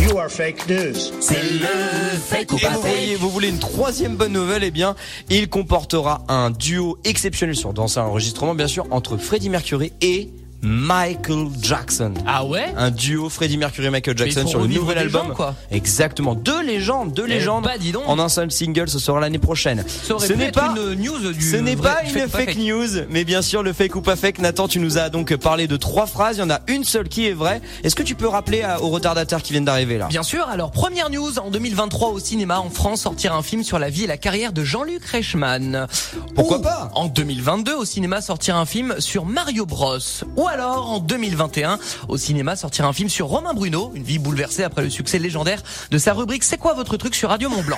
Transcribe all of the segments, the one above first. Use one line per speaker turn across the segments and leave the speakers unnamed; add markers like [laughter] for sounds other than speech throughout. You are fake news.
C'est le fake ou
Et
pas
vous, voyez,
fake
vous voulez une troisième bonne nouvelle Eh bien, il comportera un duo exceptionnel sur Danse à enregistrement, bien sûr, entre Freddie Mercury et Michael Jackson.
Ah ouais
Un duo Freddie Mercury et Michael Jackson
pour
sur le
revivre
nouvel
des
album.
gens, quoi.
Exactement, deux légendes, deux
Eh
légendes.
bah, dis donc.
En un seul single, ce sera l'année prochaine.
Ça aurait
ce
pu
n'est
être
pas
une news du
ce n'est
vrai
pas une
fake
fake,
ou pas fake.
news, mais bien sûr le fake ou pas fake. Nathan, tu nous as donc parlé de trois phrases. Il y en a une seule qui est vraie. Est-ce que tu peux rappeler à- aux retardataires qui viennent d'arriver là
Bien sûr, alors première news, en 2023 au cinéma en France sortira un film sur la vie et la carrière de Jean-Luc Reichmann.
Pourquoi
Ou,
pas
En 2022 au cinéma sortira un film sur Mario Bros. Ou alors en 2021 au cinéma sortira un film sur Romain Bruno, une vie bouleversée après le succès légendaire de sa rubrique C'est quoi votre truc sur Radio Mont
[laughs]
Blanc.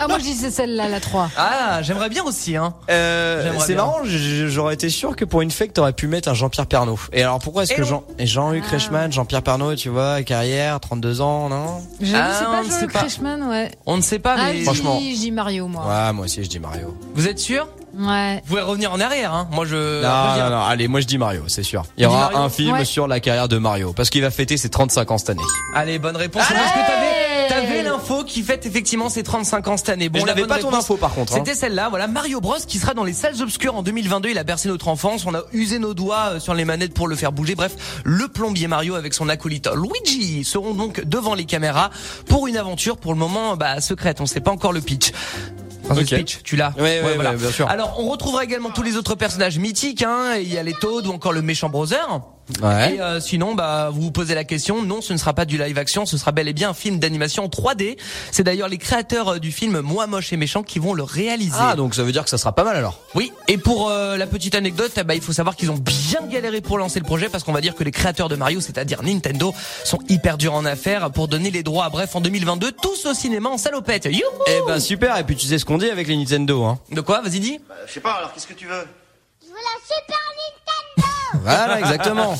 Ah, moi je dis c'est celle-là, la 3.
Ah, j'aimerais bien aussi hein.
Euh,
J'aimerais
c'est
bien.
marrant, j- j'aurais été sûr que pour une fake, t'aurais pu mettre un Jean-Pierre Pernaut. Et alors pourquoi est-ce
Eh
que
non.
Jean, et Jean-Luc Reichmann, Jean-Pierre Pernaut, tu vois, carrière, 32 ans, non
Je
Ah,
c'est
on
pas
ne
Jean-Luc
sait pas.
Reichmann, ouais.
On ne sait pas
Ah,
mais
je
franchement.
dis- je dis Mario, moi.
Ouais, moi aussi je dis Mario.
vous êtes sûr
Ouais.
Vous pouvez revenir en arrière hein. Moi je
non,
reviens.
non, non, allez, moi je dis Mario, c'est sûr. Il y
Tu dis
aura
Mario
un film
Ouais.
sur la carrière de Mario, parce qu'il va fêter ses 35 ans cette année.
Allez, bonne réponse. Parce que t'avais, t'avais l'info qui fête effectivement ses 35 ans cette année.
je
la
n'avais
bonne
pas ton
réponse,
info, par contre, hein.
C'était celle-là. Voilà, Mario Bros qui sera dans les salles obscures en 2022. Il a bercé notre enfance. On a usé nos doigts euh, sur les manettes pour le faire bouger. Bref, le plombier Mario avec son acolyte Luigi seront donc devant les caméras pour une aventure pour le moment bah, secrète. On sait pas encore le pitch. Enfin, ce
Ok.
pitch, tu l'as.
Ouais, ouais, ouais, bien sûr.
Alors, on retrouvera également tous les autres personnages mythiques. Hein. Il y a les Toads ou encore le méchant Browser.
Ouais.
Et euh, sinon, bah, vous vous posez la question. Non, ce ne sera pas du live action. Ce sera bel et bien un film d'animation en 3D. C'est d'ailleurs les créateurs euh, du film Moi moche et méchant qui vont le réaliser.
Ah, donc ça veut dire que ça sera pas mal alors.
Oui. Et pour euh, la petite anecdote, eh ben, il faut savoir qu'ils ont bien galéré pour lancer le projet parce qu'on va dire que les créateurs de Mario, c'est-à-dire Nintendo, sont hyper durs en affaires pour donner les droits. Bref, en 2022, tous au cinéma en salopette. Youhou
Eh ben super, et puis tu sais ce qu'on dit avec les Nintendo, hein.
De quoi Vas-y dis.
Je sais pas, alors qu'est-ce que tu veux
Je veux la Super Nintendo
Voilà, exactement.